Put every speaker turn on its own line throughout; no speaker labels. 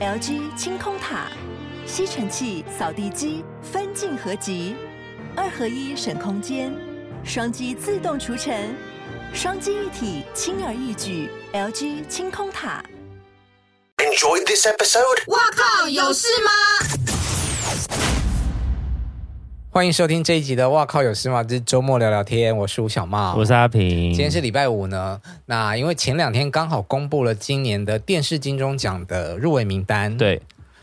LG 清空塔、吸尘器、扫地机分镜合集，二合一省空间，双击自动除尘，双击一体轻而易举。LG 清空塔。
Enjoyed this episode?
哇靠，有事吗？
欢迎收听这一集的《哇靠有事吗》之周末聊聊天，我是吴小茂，
我是阿平，
今天是礼拜五呢，那因为前两天刚好公布了今年的电视金钟奖的入围名单，，
对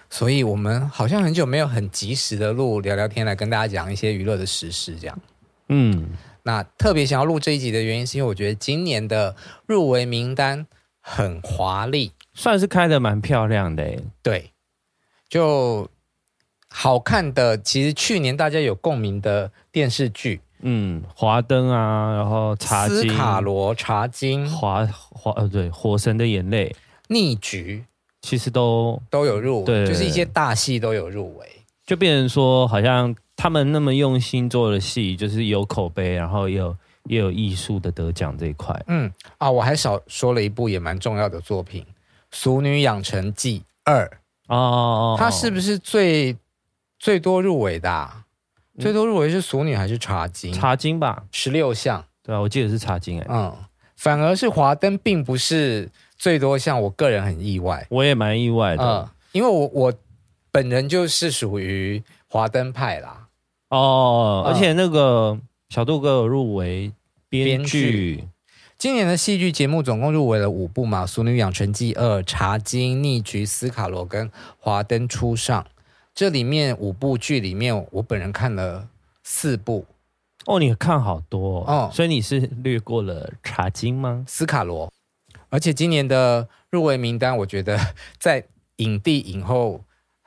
所以我们好像很久没有很及时的录聊聊天来跟大家讲一些娱乐的时事，这样。
嗯，
那特别想要录这一集的原因，是因为我觉得今年的入围名单很华丽，
算是开的蛮漂亮的欸，
对，就好看的，其实去年大家有共鸣的电视剧
嗯，华灯啊，然后茶
斯
经，
卡罗茶经》
华华呃对，火神的眼泪，
逆局
其实都
都有入围，
对
就是一些大戏都有入围。
就变成说，好像他们那么用心做的戏，就是有口碑，然后也有也有艺术的得奖这一块，
嗯啊，我还少说了一部也蛮重要的作品，《俗女养成记二》，
哦哦哦，
它是不
是
是最最多入围的啊、
嗯
最多入围是《俗女》还是《茶经》？
茶经吧？
十六项，
对啊，我记得是茶经哎、
嗯，反而是《华灯》并不是最多项，我个人很意外，
我也蛮意外的，
嗯，因为我我本人就是属于华灯派啦，
哦，
嗯
而且那个小杜哥有入围
编
编
剧
剧，
今年的戏剧节目总共入围了五部嘛，《俗女养成记二》《茶经》《逆局》《斯卡罗》跟《华灯初上》。这里面五部剧里面，我本人看了四部，《
哦，你看好多
哦
哦，所以你是略过了茶经吗？
斯卡罗》，而且今年的入围名单，我觉得在影帝、影后，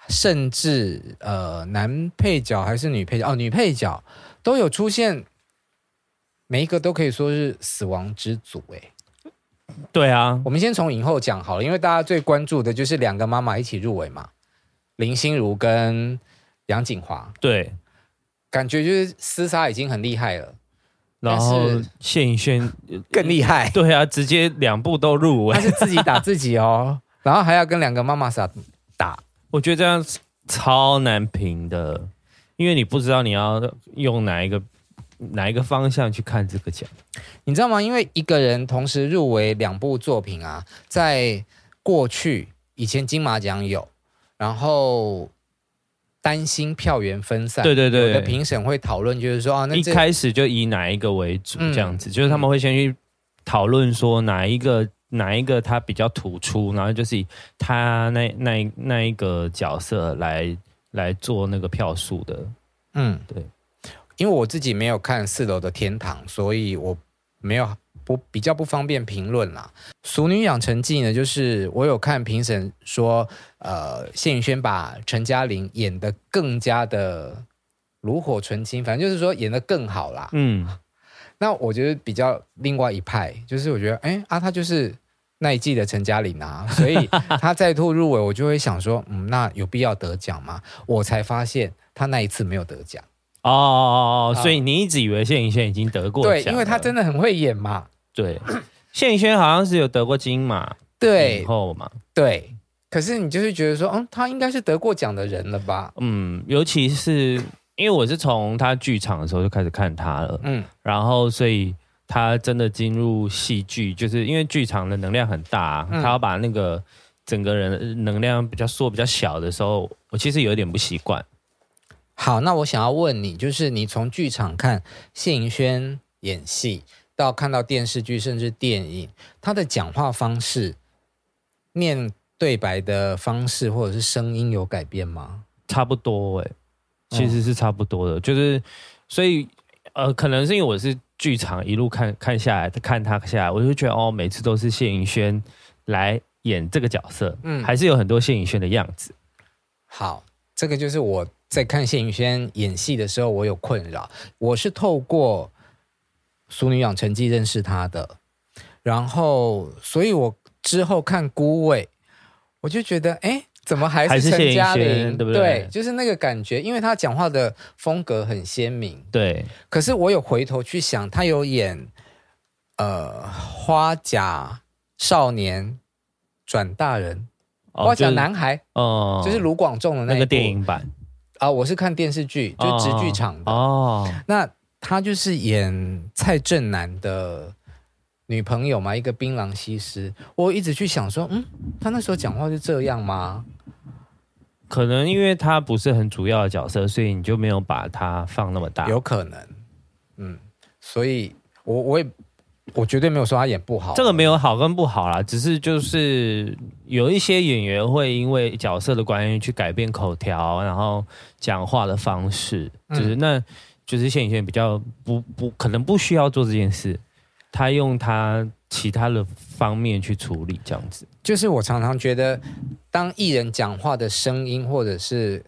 甚至呃男配角还是女配角哦，女配角都有出现，每一个都可以说是死亡之组哎、
对啊，
我们先从影后讲好了，因为大家最关注的就是两个妈妈一起入围嘛，林心如跟杨锦华，
对，
感觉就是厮杀已经很厉害了，
然后谢颖轩，
更厉害，
对啊，直接两部都入欸
她
围，
是自己打自己哦， 然后还要跟两个妈妈打打，
我觉得这样超难评的，因为你不知道你要用哪一个哪一个方向去看这个奖。
你知道吗？因为一个人同时入围两部作品啊，在过去以前金马奖有，然后担心票源分散，
对对对
有的评审会讨论，就是说啊，那
一
这
开始就以哪一个为主，
嗯
这样子，就是他们会先去讨论说哪一个哪一个他比较突出，然后就是以他那那那一个角色来来做那个票数的。
嗯，
对，
因为我自己没有看四楼的天堂，所以我没有不比较不方便评论啦。《俗女养成记》呢，就是我有看评审说，呃，谢云轩把陈嘉玲演得更加的炉火纯青，反正就是说演得更好啦。
嗯，
那我觉得比较另外一派，就是我觉得，哎啊，他就是那一季的陈嘉玲啊，所以他再度入围，我就会想说，嗯，那有必要得奖吗？我才发现他那一次没有得奖。
哦哦哦
啊
哦，所以你一直以为谢颖轩已经得过奖
对
了，，
因为他真的很会演嘛。
对谢颖轩好像是有得过金马
对
影后嘛，
对，可是你就是觉得说，嗯，他应该是得过奖的人了吧？
嗯，尤其是因为我是从他剧场的时候就开始看他了，
嗯
然后所以他真的进入戏剧，就是因为剧场的能量很大，啊
嗯
他要把那个整个人的能量比较缩比较小的时候，我其实有点不习惯。
好，那我想要问你，就是你从剧场看谢盈萱演戏，到看到电视剧甚至电影，他的讲话方式、念对白的方式或者是声音有改变吗？
差不多哎、其实是差不多的，就是所以呃，可能是因为我是剧场一路看看下来，看他下来，我就觉得哦，每次都是谢颖轩来演这个角色，
嗯
嗯，还是有很多谢颖轩的样子，
好，这个就是我在看谢盈萱演戏的时候，我有困扰。我是透过《俗女养成记》认识她的，然后，所以我之后看《孤味》，我就觉得，哎，怎么还
还
是
是
陈
谢
嘉
盈萱
玲？
对不对
对，就是那个感觉，因为她讲话的风格很鲜明。
对，
可是我有回头去想，她有演呃花甲少年转大人
哦
花甲
就是
男孩
哦，
就是卢广仲的那
那
一
个
部
电影版，
啊，我是看电视剧，就直剧场的。
哦，
那他就是演蔡正南的女朋友嘛，一个槟榔西施。我一直去想说，嗯，他那时候讲话是这样吗？
可能因为他不是很主要的角色，所以你就没有把他放那么大。
有可能，嗯，所以我我也我绝对没有说他演不好，
这个没有好跟不好啦，只是就是有一些演员会因为角色的关系去改变口条，然后讲话的方式，
嗯
只是那就是谢颖轩比较不不可能不需要做这件事，他用他其他的方面去处理这样子。
就是我常常觉得，当艺人讲话的声音或者是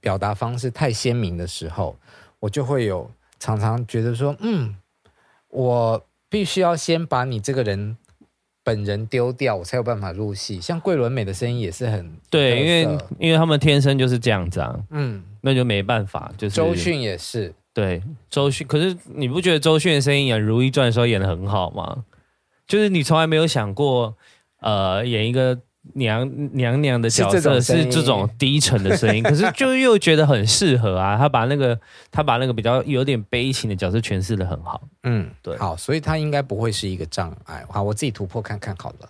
表达方式太鲜明的时候，我就会有常常觉得说，嗯，我必须要先把你这个人本人丢掉，我才有办法入戏。像桂纶镁的声音也是很
对，因
特
为
色
因为他们天生就是这样子啊，
嗯，
那就没办法，就是
周迅也是，
对周迅，可是你不觉得周迅的声音演《如懿传》的时候演的很好吗？就是你从来没有想过，呃，演一个娘娘娘的角
是这
色
种声音
是这种低沉的 声音，可是就又觉得很适合啊。他把那个他把那个比较有点悲情的角色诠释的很好。
嗯，
对
好，所以他应该不会是一个障碍。好，我自己突破看看好了。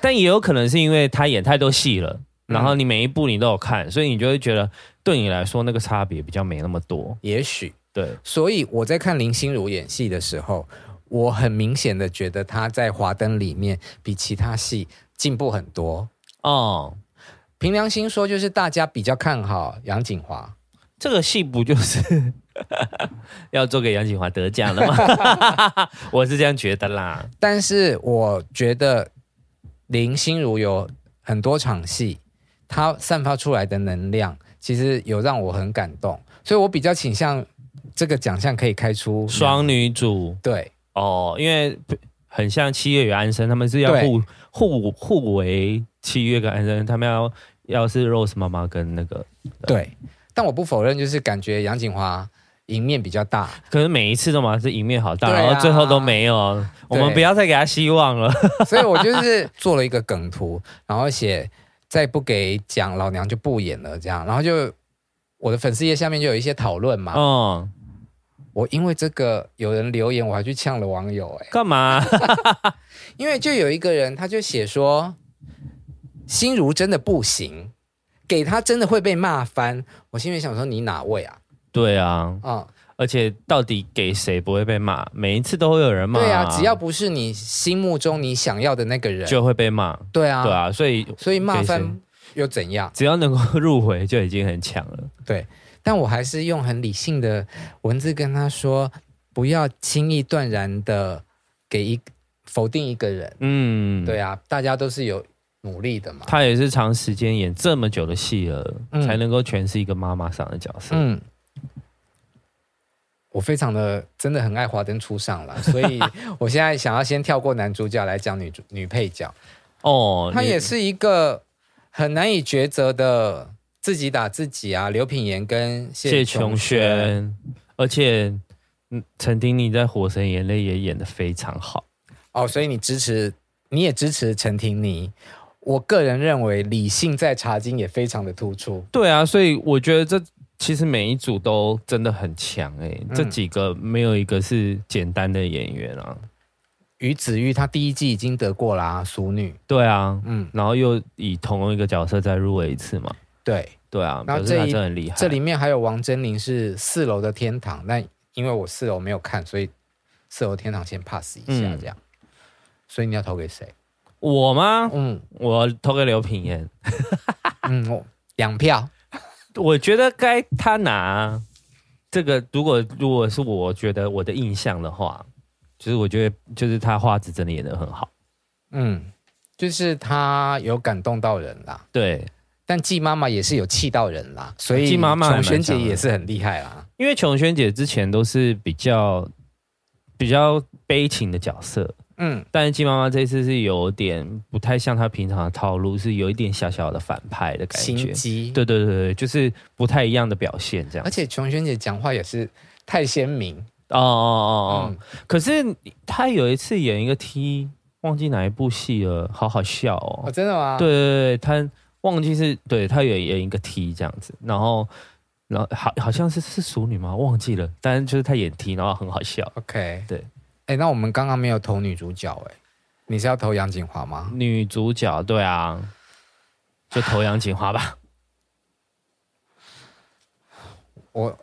但也有可能是因为他演太多戏了，
嗯
然后你每一部你都有看，所以你就会觉得对你来说那个差别比较没那么多。
也许，
对，
所以我在看林心如演戏的时候，我很明显的觉得她在《华灯》里面比其他戏进步很多。
哦、
凭良心说，就是大家比较看好杨锦华，
这个戏不就是 要做给杨锦华得奖了吗？ 我是这样觉得啦。
但是我觉得林心如有很多场戏，她散发出来的能量，其实有让我很感动，所以我比较倾向这个奖项可以开出
双女主
对。
哦，因为很像七月与安生，他们是要互互互为七月跟安生，他们要要是 Rose 妈妈跟那个，
对，但我不否认，就是感觉杨锦华赢面比较大。
可是每一次都嘛是赢面好大，
对啊
然后最后都没有，我们不要再给他希望了。
所以我就是做了一个梗图，然后写再不给奖，老娘就不演了这样。然后就我的粉丝页下面就有一些讨论嘛。
嗯，
我因为这个有人留言，我还去呛了网友哎、
干嘛？
因为就有一个人他就写说，心如真的不行，给他真的会被骂翻。我心里想说你哪位啊？
对啊，
啊、
而且到底给谁不会被骂？每一次都会有人骂，
对啊，只要不是你心目中你想要的那个人，
就会被骂。
对啊，
对啊，所以
所以骂
给
翻又怎样？
只要能够入围就已经很强了。
但我还是用很理性的文字跟他说，不要轻易断然的给一否定一个人。
嗯，
对啊，大家都是有努力的嘛。
他也是长时间演这么久的戏了，
嗯
才能够诠释一个妈妈上的角色。
嗯，我非常的真的很爱华灯初上了， 所以我现在想要先跳过男主角来讲女主女配角，
哦，
她
你
也是一个很难以抉择的自己打自己啊。刘品言跟
谢
谢
琼
琼
轩，而且嗯陈婷妮在《火神眼泪》也演的非常好。
哦，所以你支持，你也支持陈婷妮。我个人认为，理性在茶经也非常的突出。
对啊，所以我觉得这其实每一组都真的很强哎、这几个没有一个是简单的演员啊。
于子玉她第一季已经得过啦、熟女。
对啊，
嗯，
然后又以同一个角色再入围一次嘛。
对，
对啊，
然后
表示他
这一
真的很厉害。
这里面还有王真玲是四楼的天堂，那因为我四楼没有看，所以四楼天堂先 pass 一下
嗯
这样。所以你要投给谁？
我吗？
嗯
我投给刘品言，
嗯，我两票。
我觉得该他拿这个。如果如果是我觉得我的印象的话，就是我觉得就是他画质真的演的很好。
嗯，就是她有感动到人啦，
对，
但季妈妈也是有气到人啦，所以
季妈妈还
琼轩
蛮
姐
强的
也是很厉害啦。
因为琼轩姐之前都是比较比较悲情的角色，
嗯。
但是金妈妈这次是有点不太像她平常的套路，是有一点小小的反派的感
心
觉。
机，
对对对对，就是不太一样的表现这样
而。且琼轩姐讲话也是太鲜明
哦哦哦哦，
哦，
可是他有一次演一个 T 忘记哪一部戏了，好好笑哦。
哦，真的吗？
对，对对，他忘记是对他有演一个 T 这样子，然后然后好好像是是熟女吗？忘记了，但就是他演 T，然后很好笑。
OK，
对，
哎、那我们刚刚没有投女主角、哎，你是要投杨锦华吗？
女主角对啊，就投杨锦华吧。
我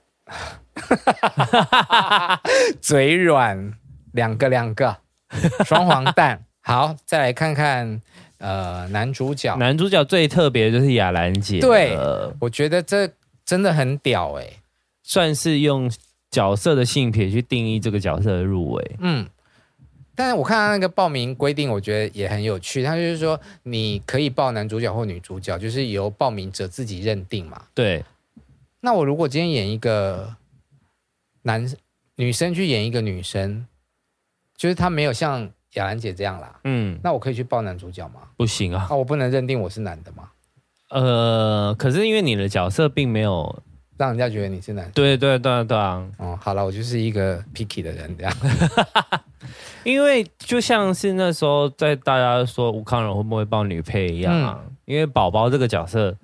嘴软，两个两个，双黄 蛋。好，再来看看呃男主角，
男主角最特别的就是雅兰姐，
对我觉得这真的很屌哎、
算是用角色的性别去定义这个角色的入围。
嗯，但是我看他那个报名规定，我觉得也很有趣。他就是说，你可以报男主角或女主角，就是由报名者自己认定嘛。
对，
那我如果今天演一个男女生去演一个女生，就是她没有像雅兰姐这样啦，
嗯，
那我可以去报男主角吗？
不行啊，
啊，我不能认定我是男的吗？
呃，可是因为你的角色并没有，
让人家觉得你是男的。
对对对对啊，
哦，好了，我就是一个 picky 的人这样。
因为就像是那时候在大家说吴康仁会不会抱女配一样啊，因为宝宝这个角色，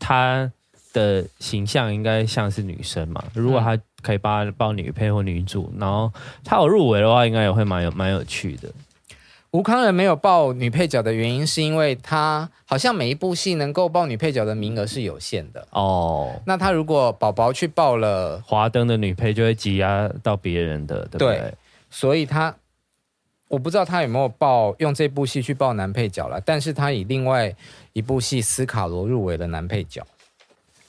她的形象应该像是女生嘛。如果她可以抱抱女配或女主，然后她有入围的话，应该也会蛮有蛮有趣的。
吴康仁没有报女配角的原因，是因为他好像每一部戏能够报女配角的名额是有限的。
哦，
那他如果宝宝去报了，
华灯的女配就会挤压到别人的，对不对？
对所以他我不知道他有没有报用这部戏去报男配角了，但是他以另外一部戏《斯卡罗》入围了男配角。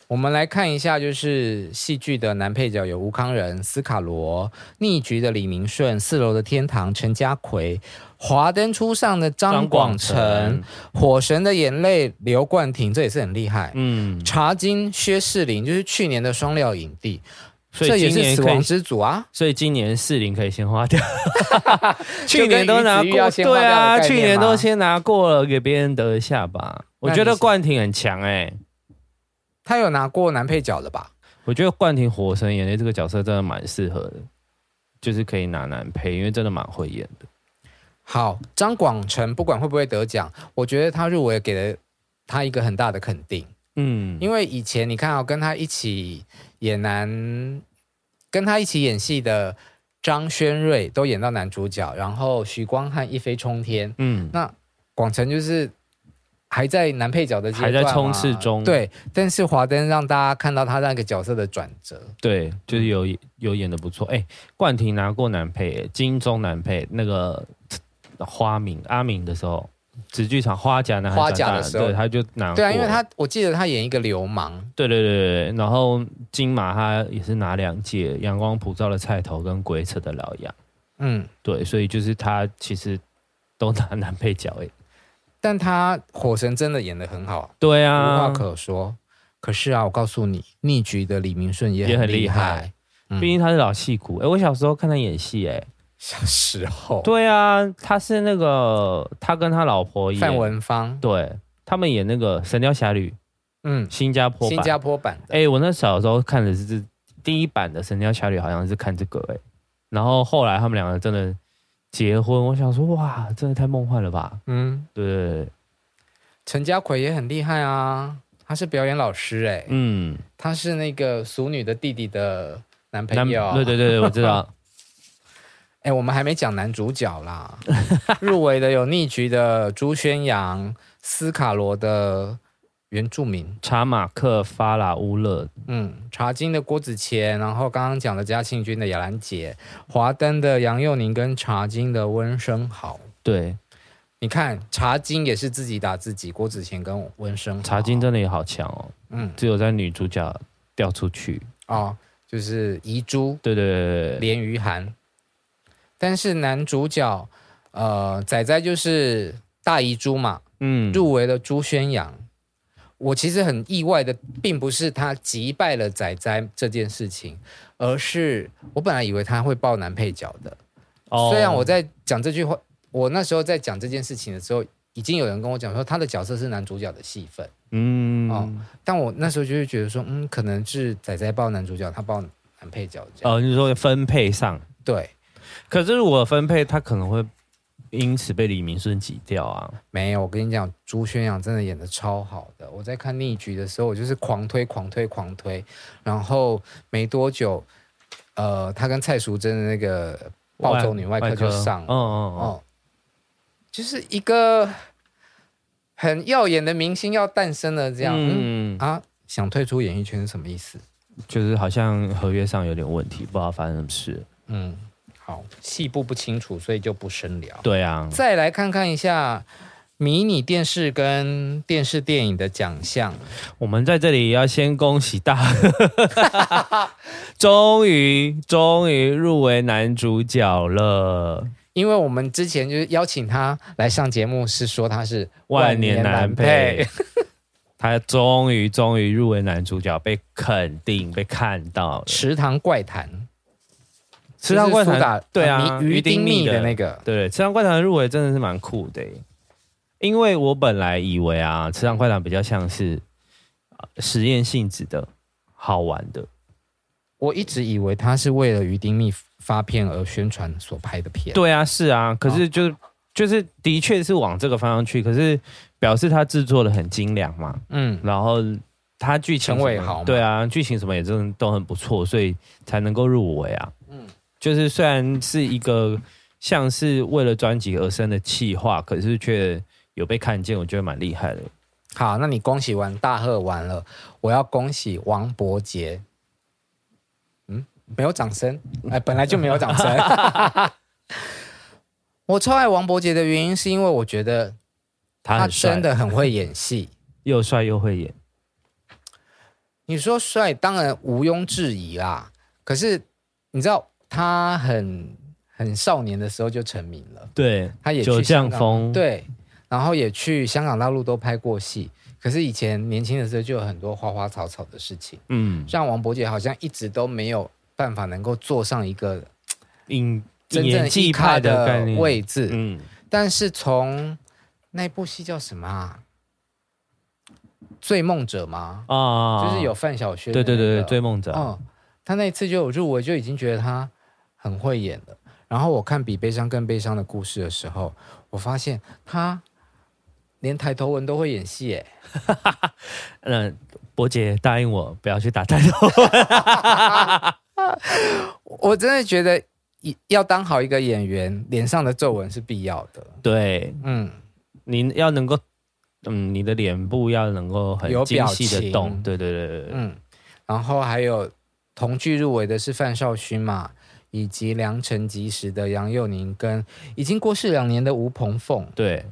我们来看一下，就是戏剧的男配角有吴康仁、斯卡罗、逆局的李明顺、四楼的天堂陈家奎、华灯初上的张广成、火神的眼泪刘冠廷，这也是很厉害。
嗯，
茶金薛士林就是去年的双料影帝，
所
这
以
也
今
是
年
死
可以
亡，之组啊。
所以今年四零可以先花掉，去
就跟
年都拿
于子玉要
过，
先花
对
掉的
啊，
概念
去年
嘛
都先拿过了，给别人得一下吧。我
那
觉得
你是
冠廷很强哎、
他有拿过男配角了吧？
我觉得冠廷火神眼泪这个角色真的蛮适合的，就是可以拿男配，因为真的蛮会演的。
好，张广成不管会不会得奖，我觉得他入围给了他一个很大的肯定，
嗯，
因为以前你看啊、跟他一起演男，跟他一起演戏的张轩瑞都演到男主角，然后许光汉一飞冲天，
嗯
那广成就是还在男配角的阶段嘛
还在冲刺中
对，但是华灯让大家看到他那个角色的转折，
对，就是有有演的不错。哎、冠廷拿过男配、金钟男配，那个花明阿明的时候，紫剧场花甲男孩
花甲
长大
的
了
时候
对，他就拿过
对啊，因为他我记得他演一个流氓，
对对对对对，然后金马他也是拿两届阳光普照的菜头跟鬼扯的老杨，
嗯，
对，所以就是他其实都拿男配角哎、
但他火神真的演的很好，
对
无话
啊，
可说。可是啊，我告诉你，逆局的李明顺也
也很
厉嗯
厉害毕竟他是老戏骨哎、我小时候看他演戏哎、
小时候，
对啊，他是那个他跟他老婆演
范文芳，
对他们演那个《神雕侠侣》
嗯，
新加坡版，
新加坡版的，
哎、我那小时候看的是这第一版的《神雕侠侣》，好像是看这个哎、然后后来他们两个真的结婚，我想说哇，真的太梦幻了吧？
嗯，
对对对，
陈家奎也很厉害啊，他是表演老师哎、
嗯，
他是那个熟女的弟弟的男朋友，
对对对对，我知道，
哎、我们还没讲男主角啦。 入围的有逆局的朱宣阳、斯卡罗的原住民，
查马克法拉乌勒，
嗯，茶金的郭子乾，然后刚刚讲的嘉庆君的雅兰姐，华灯的杨佑宁跟茶金的温升豪。
对，
你看，茶金也是自己打自己，郭子乾跟温升豪。
查金，真的也好强哦，
嗯，
只有在女主角掉出去，
哦，就是遗珠
对对对对对，
连于涵，但是男主角，呃，仔仔就是大遗珠嘛，
嗯，
入围了朱宣阳。我其实很意外的，并不是他击败了仔仔这件事情，而是我本来以为他会报男配角的。
哦
虽然我在讲这句话，我那时候在讲这件事情的时候，已经有人跟我讲说他的角色是男主角的戏份，
嗯、
哦但我那时候就会觉得说，嗯，可能是仔仔报男主角，他报男
哦
配角这样。
呃，你说分配上，
对，
可是我分配他可能会因此被李明顺挤掉啊。
没有，我跟你讲，朱宣阳真的演的超好的。我在看逆局的时候，我就是狂推、狂推、狂推，然后没多久，呃，他跟蔡淑珍的那个《暴走女外科》就上了。
嗯嗯嗯，
哦，就是一个很耀眼的明星要诞生了，这样、嗯
嗯，
啊，想退出演艺圈是什么意思？
就是好像合约上有点问题，不知道发生什么事。
嗯，好，细部不清楚，所以就不深聊。
对啊，
再来看看一下迷你电视跟电视电影的奖项。
我们在这里要先恭喜大 贺，终于终于入围男主角了，
因为我们之前就是邀请他来上节目，是说他是
万年男配。。他终于终于入围男主角，被肯定被看到了。
池塘怪谈，
池塘怪
就是苏打
谈，对啊，
呃迷鱼丁
蜜
蜜的那个，
对，池塘怪谈的入围真的是蛮酷的耶，因为我本来以为啊，池塘怪谈比较像是呃实验性质的、好玩的，
我一直以为他是为了鱼丁蜜发片而宣传所拍的片。，
对啊，是啊，可
哦
是就是、就是的确是往这个方向去，可是表示他制作的很精良嘛，
嗯，
然后他剧情
陈伟
什么
豪嘛
对啊，剧情什么也真的都很不错，所以才能够入围啊。嗯，就是虽然是一个像是为了专辑而生的企划，可是却有被看见，我觉得蛮厉害的。
好，那你恭喜完大贺完了，我要恭喜王伯杰。嗯，没有掌声，哎，本来就没有掌声。 我超爱王伯杰的原因是因为我觉得
他
他
很帅，
真的很会演戏。
又帅又会演，
你说帅，当然毋庸置疑啦。可是你知道，他很很少年的时候就成名了，
对，
他也去
九降
香港
风，，
对，然后也去香港、大陆都拍过戏。可是以前年轻的时候就有很多花花草草的事情，
嗯，
像王伯杰好像一直都没有办法能够坐上一个
演
真
演
正
技
艺咖
派的概
的
念，
位置。
嗯，
但是从那部戏叫什么啊？醉梦者吗？
啊，
就是有范晓萱的
对
那个、
对对对追梦者，
嗯，他那一次就有入围，就已经觉得他很会演了。然后我看《比悲伤更悲伤的故事》的时候，我发现他连抬头纹都会演戏，哎，
嗯，伯杰答应我不要去打弹头，
我真的觉得一要当好一个演员，脸上的皱纹是必要的。
对，
嗯，
你要能够，嗯，你的脸部要能够很
有
精
表
细的
情
动，对对对对对，
嗯，然后还有同剧入围的是范少勋嘛，以及良辰吉时的杨佑宁跟已经过世两年的吴鹏凤。
对。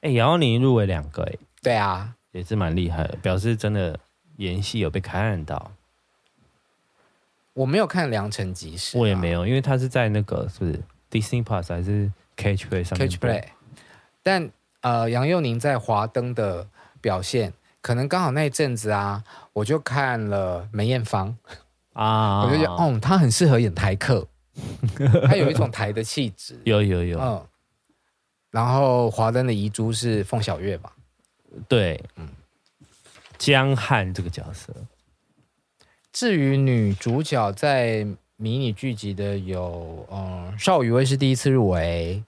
哎、杨佑宁入围两个、哎，
对啊，
也是蛮厉害的，表示真的演戏有被看到。
我没有看良辰吉时、啊
我也没。有，因为他是在那个是不是 Disney Plus 还是 Catch Play 上面
Catch
播
Play，但呃，杨佑宁在华灯的表现，可能刚好那一阵子啊，我就看了梅艳芳，
啊，
我就觉得，哦，她很适合演台客， 她有一种台的气质，
有有有，
嗯。然后华灯的遗珠是凤小岳吧？
对，
嗯
江汉这个角色，
至于女主角在迷你剧集的有，嗯，邵雨薇是第一次入围，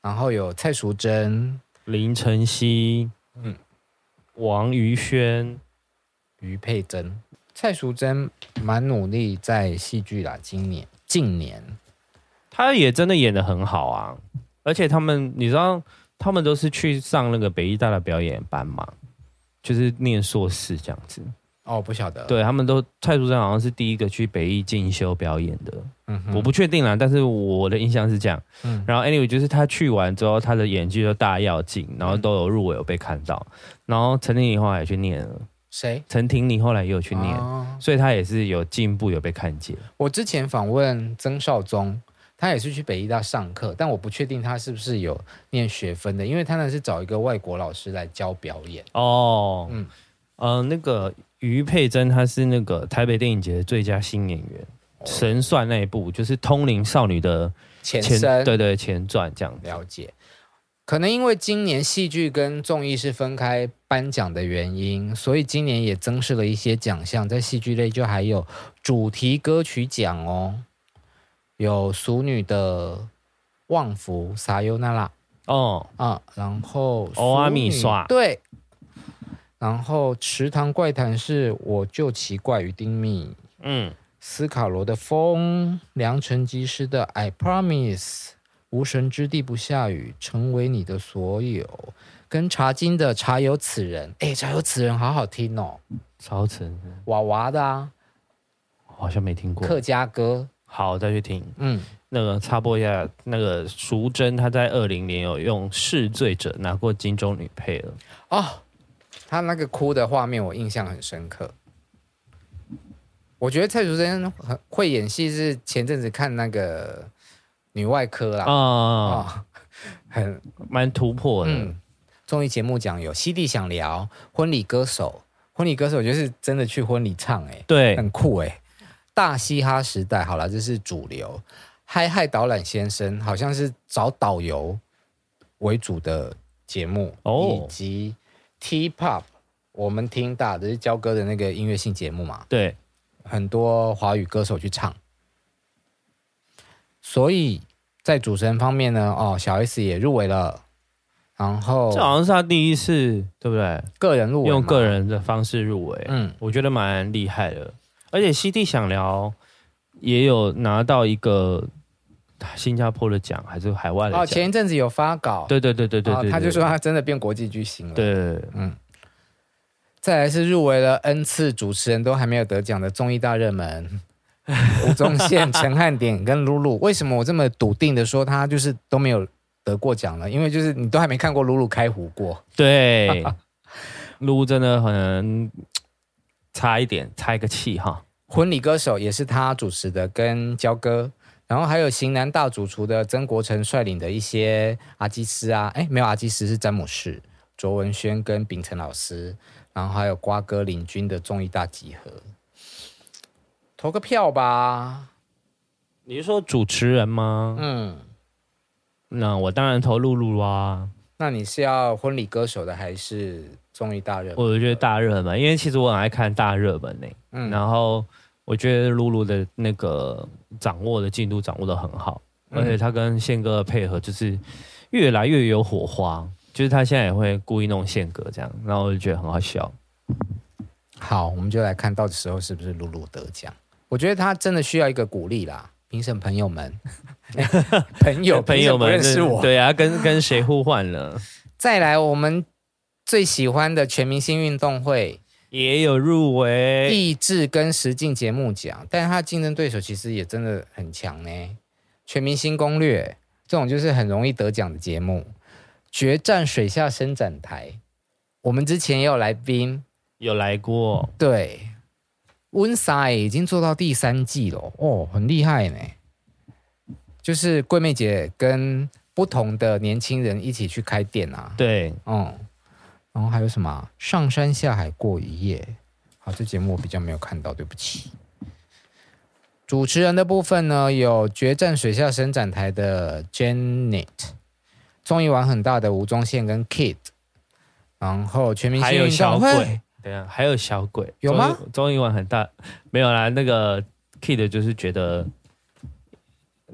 然后有蔡淑珍、
林晨曦，嗯
嗯，
王宇轩，
于佩珍、蔡淑珍蛮努力在戏剧啦，今年近年
他也真的演的很好啊，而且他们，你知道，他们都是去上那个北医大的表演班嘛，就是念硕士这样子。
哦，不晓得，，
对他们都，蔡淑珍好像是第一个去北艺进修表演的，
嗯
我
哼，
不确定啦，但是我的印象是这样。
嗯
然后 anyway，就是他去完之后，他的演技就大要进，然后都有入围有被看到。然后陈婷妮后来也去念了，
谁
陈婷妮后来也有去念，
哦
所以他也是有进步，有被看见。
我之前访问曾少宗，他也是去北医大上课，但我不确定他是不是有念学分的，因为他那是找一个外国老师来教表演。
哦，嗯
嗯，
呃，那个于佩珍，她是那个台北电影节的最佳新演员，神算那一部就是《通灵少女》的
哦前身
对对前传这样子。
了解，可能因为今年戏剧跟综艺是分开颁奖的原因，所以今年也增设了一些奖项，在戏剧类就还有主题歌曲奖哦，有《俗女》的旺福、撒尤那拉
哦，
啊，然后
欧阿
俗
米
女
刷
对，然后池塘怪谈是我就奇怪与丁密，
嗯，
斯卡罗的风，良辰吉时的 I promise，无神之地不下雨，成为你的所有，跟茶金的茶有此人，哎，茶有此人好好听哦，
超沉，
娃娃的啊，
我好像没听过。
客家歌，
好，我再去听。
嗯，
那个插播一下，那个淑珍她在二零年有用《弑罪者》拿过金钟女配了。
哦，他那个哭的画面我印象很深刻。我觉得蔡淑珍很会演戏，是前阵子看那个女外科啦，啊、
啊，
很
蛮突破的。
嗯，综艺节目讲有西地想聊婚礼歌手，婚礼歌手就是真的去婚礼唱、欸，
对，
很酷哎、大嘻哈时代，好了，这是主流。嗨嗨，导览先生好像是找导游为主的节目，
哦
以及 T Pop，我们听大的是焦哥的那个音乐性节目嘛，
对，
很多华语歌手去唱。所以在主持人方面呢，哦，小 S 也入围了，然后
这好像是她第一次，对不对？
个人入围嘛，
用个人的方式入围，
嗯
我觉得蛮厉害的。而且西地想聊也有拿到一个新加坡的奖，还是海外的
哦，
奖？
前一阵子有发稿，
对对对对对
哦
对，
他就
对
说他真的变国际巨星了。，嗯
对，
再来是入围了 N 次主持人都还没有得奖的综艺大热 门，吴宗宪、陈汉典跟露露。为什么我这么笃定的说他就是都没有得过奖呢？因为就是你都还没看过露露开壶过。
对，撸真的很差一点，差一个气哈。
婚礼歌手也是他主持的，跟焦哥，然后还有型男大主厨的曾国成率领的一些阿基师啊，哎，没有阿基师是詹姆士、卓文萱跟秉承老师，然后还有瓜哥领军的综艺大集合，投个票吧，
你是说主持人吗？
嗯，
那我当然投露露啊啦，
那你是要婚礼歌手的还是综艺大热门？
我觉得大热门，因为其实我很爱看大热门呢、
嗯
然后我觉得露露的那个掌握的进度掌握的很好，
嗯
而且他跟宪哥的配合就是越来越有火花，就是他现在也会故意弄宪哥这样，然后我就觉得很好笑。
好，我们就来看到时候是不是露露得奖。我觉得他真的需要一个鼓励啦，评审朋友们， 朋友
朋友们
评审不认识我，
对啊，跟跟谁互换了？
再来，我们最喜欢的全明星运动会
也有入围，
益智跟实境节目奖，但是它竞争对手其实也真的很强呢。全明星攻略这种就是很容易得奖的节目，决战水下伸展台，我们之前也有来宾，
有来过，
对温 i 已经做到第三季了哦，很厉害呢。就是桂妹姐跟不同的年轻人一起去开店啊，
对，
嗯，然后还有什么啊上山下海过一夜？好，这节目我比较没有看到，对不起。主持人的部分呢，有决战水下伸展台的 Janet，综艺玩很大的吴宗宪跟 Kid，然后全明
还
星
有
运
小
动
鬼
会，，
对啊，还有小鬼，
有吗
综艺？综艺玩很大，没有啦。那个 Kid 就是觉得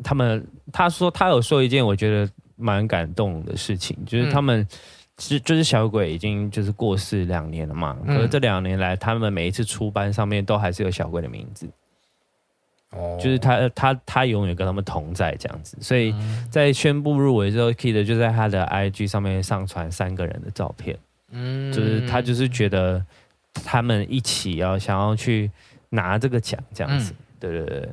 他们，他说他有说一件我觉得蛮感动的事情，
嗯
就是他们。是，就是小鬼已经就是过世两年了嘛，
嗯
可是这两年来，他们每一次出班上面都还是有小鬼的名字，
哦
就是他他他永远跟他们同在这样子，所以
嗯
在宣布入围之后，Kid 就在他的 IG 上面上传三个人的照片，
嗯
就是他就是觉得他们一起要想要去拿这个奖这样
嗯
子，对对对。对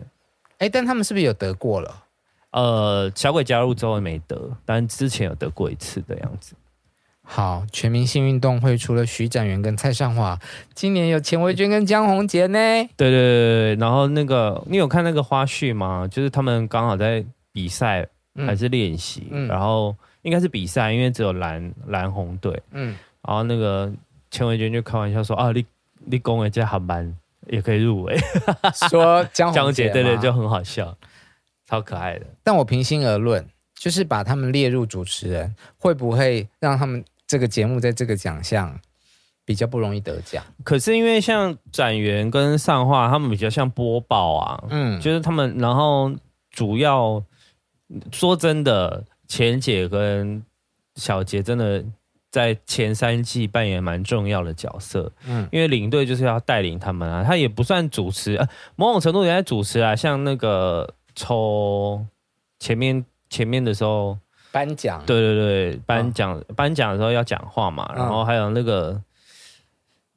哎，但他们是不是有得过了？
呃，小鬼加入之后没得，但之前有得过一次的样子。
好，全明星运动会除了徐展元跟蔡尚华，今年有钱维娟跟江宏杰呢。
对对对对对，然后那个你有看那个花絮吗？就是他们刚好在比赛
嗯
还是练习，
嗯
然后应该是比赛，因为只有蓝蓝红队，
嗯，
然后那个钱维娟就开玩笑说啊，你你公维在航班也可以入围，
嗯说江
江
宏
姐
杰，
对对，就很好笑，超可爱的。
但我平心而论，就是把他们列入主持人，会不会让他们这个节目在这个奖项比较不容易得奖？
可是因为像展元跟上画，他们比较像播报啊，
嗯，
就是他们，然后主要说真的，钱姐跟小杰真的在前三季扮演蛮重要的角色，
嗯
嗯，因为领队就是要带领他们啊，他也不算主持，呃，某种程度也在主持啊，像那个抽前面前面的时候，
颁奖，
对对对，颁奖、颁奖的时候要讲话嘛，然后还有那个。嗯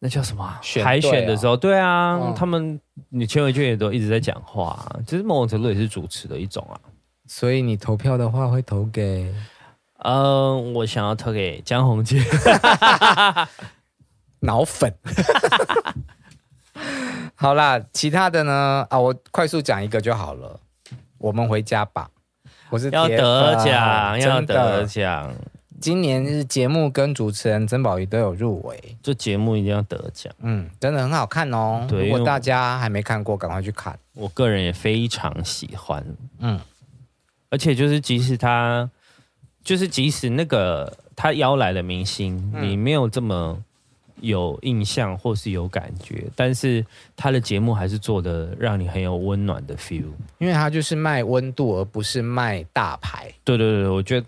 那叫什么啊、
选
海
队
选的
啊
时候，对啊，
嗯
他们你前委圈也都一直在讲话、啊，其实某种程度也是主持的一种啊。
所以你投票的话会投给
嗯，我想要投给江宏 杰。
脑 粉。好啦，其他的呢？啊，我快速讲一个就好了。我们回家吧。我是
要
铁
得
粉
奖，要
真的
得奖，
今年是节目跟主持人曾宝仪都有入围，
这节目一定要得奖。
嗯，真的很好看哦。
对
如
因为
果
我
大家还没看过，赶快去看。
我个人也非常喜欢，
嗯，
而且就是即使他，就是即使那个他邀来的明星，你没有这么有印象或是有感觉，但是他的节目还是做的让你很有温暖的 feel。
因为它就是卖温度，而不是卖大牌。
对对对，我觉得。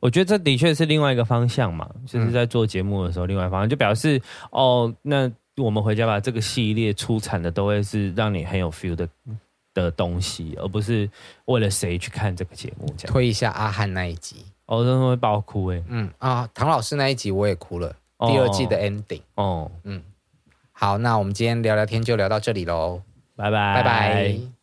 我觉得这的确是另外一个方向嘛，就是在做节目的时候，另外一方向就表示哦，那我们回家吧，这个系列出产的都会是让你很有 feel 的的东西，而不是为了谁去看这个节目这样。
推一下阿汉那一集，
哦，真的会爆哭哎、
嗯啊，唐老师那一集我也哭了，
哦
第二季的 ending。嗯
哦，
好，那我们今天聊聊天就聊到这里喽，
拜拜
拜拜